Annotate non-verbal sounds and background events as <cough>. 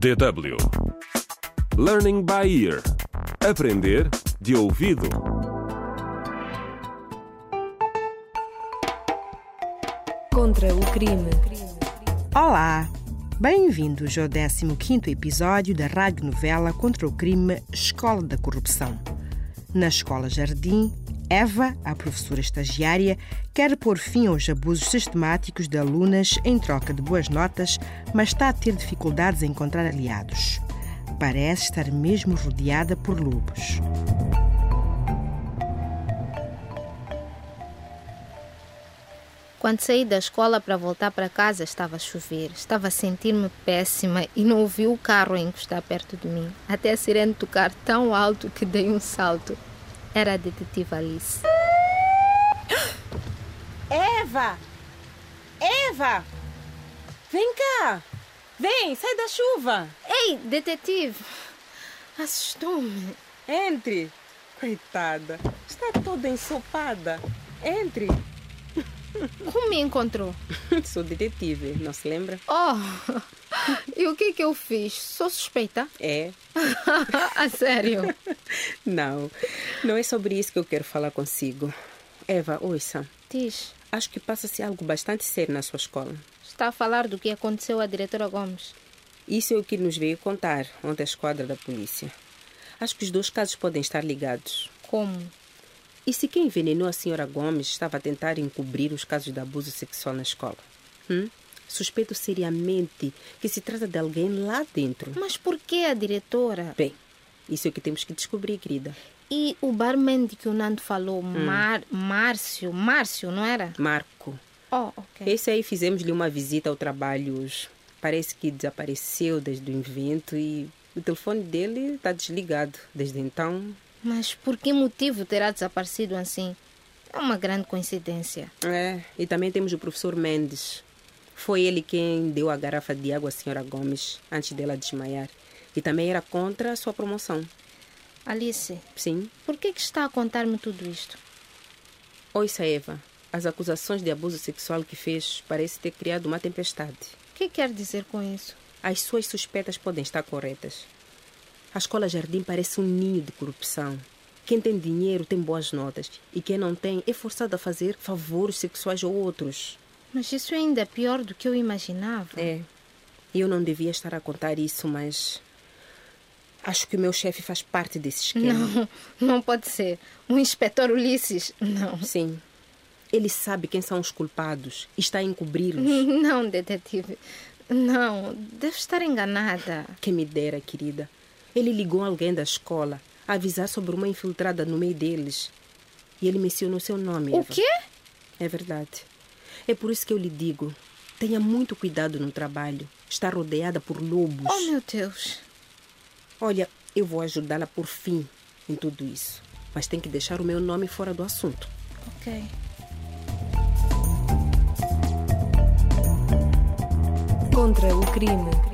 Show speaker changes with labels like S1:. S1: DW Learning by Ear Aprender de ouvido
S2: Contra o crime.
S3: Olá! Bem-vindos ao 15º episódio da rádio novela contra o crime Escola da Corrupção. Na Escola Jardim, Eva, a professora estagiária, quer pôr fim aos abusos sistemáticos de alunas em troca de boas notas, mas está a ter dificuldades em encontrar aliados. Parece estar mesmo rodeada por lobos.
S4: Quando saí da escola para voltar para casa, estava a chover. Estava a sentir-me péssima e não ouvi o carro a encostar perto de mim. Até a sirene tocar tão alto que dei um salto. Era a detetive Alice.
S5: Eva! Eva! Vem cá! Vem, sai da chuva!
S4: Ei, detetive! Assustou-me.
S5: Entre! Coitada, está toda ensopada. Entre! <laughs>
S4: Como me encontrou?
S5: Sou detetive, não se lembra?
S4: Oh! E o que que eu fiz? Sou suspeita? <laughs>
S5: É?
S4: a sério?
S5: Não, não é sobre isso que eu quero falar consigo. Eva, ouça,
S4: Diz,
S5: acho que passa-se algo bastante sério na sua escola.
S4: está a falar do que aconteceu à diretora Gomes.
S5: Isso é o que nos veio contar ontem a esquadra da polícia. Acho que os dois casos podem estar ligados.
S4: Como?
S5: E se quem envenenou a senhora Gomes estava a tentar encobrir os casos de abuso sexual na escola? Hum? Suspeito seriamente que se trata de alguém lá dentro.
S4: Mas por que a diretora?
S5: Bem, isso é o que temos que descobrir, querida.
S4: E o barman de que o Nando falou, Mar, Márcio, Márcio, não era?
S5: Marco,
S4: Oh, ok.
S5: esse aí fizemos-lhe uma visita ao trabalho hoje. Parece que desapareceu desde o invento e o telefone dele está desligado. Desde então,
S4: Mas por que motivo terá desaparecido assim? É uma grande coincidência.
S5: É, e também temos o professor Mendes. Foi ele quem deu a garrafa de água à senhora Gomes antes dela desmaiar. E também era contra a sua promoção.
S4: Alice,
S5: Sim.
S4: por que, que está a contar-me tudo isto?
S5: Ouça, Eva, as acusações de abuso sexual que fez parece ter criado uma tempestade.
S4: O que quer dizer com isso?
S5: As suas suspeitas podem estar corretas. A escola Jardim parece um ninho de corrupção. Quem tem dinheiro tem boas notas e quem não tem é forçado a fazer favores sexuais a outros.
S4: Mas isso é ainda pior do que eu imaginava.
S5: É. Eu não devia estar a contar isso, mas. Acho que o meu chefe faz parte desse esquema.
S4: Não, não pode ser. O inspetor Ulisses, não.
S5: Sim. Ele sabe quem são os culpados e está a encobri-los.
S4: Não, detetive. Não, deve estar enganada.
S5: quem me dera, querida. Ele ligou alguém da escola a avisar sobre uma infiltrada no meio deles. E ele mencionou seu nome.
S4: O
S5: Eva.
S4: quê?
S5: É verdade. É por isso que eu lhe digo: tenha muito cuidado no trabalho. Está rodeada por lobos.
S4: Oh, meu Deus.
S5: Olha, eu vou ajudá-la por fim em tudo isso, mas tem que deixar o meu nome fora do assunto.
S4: Ok.
S2: Contra o crime.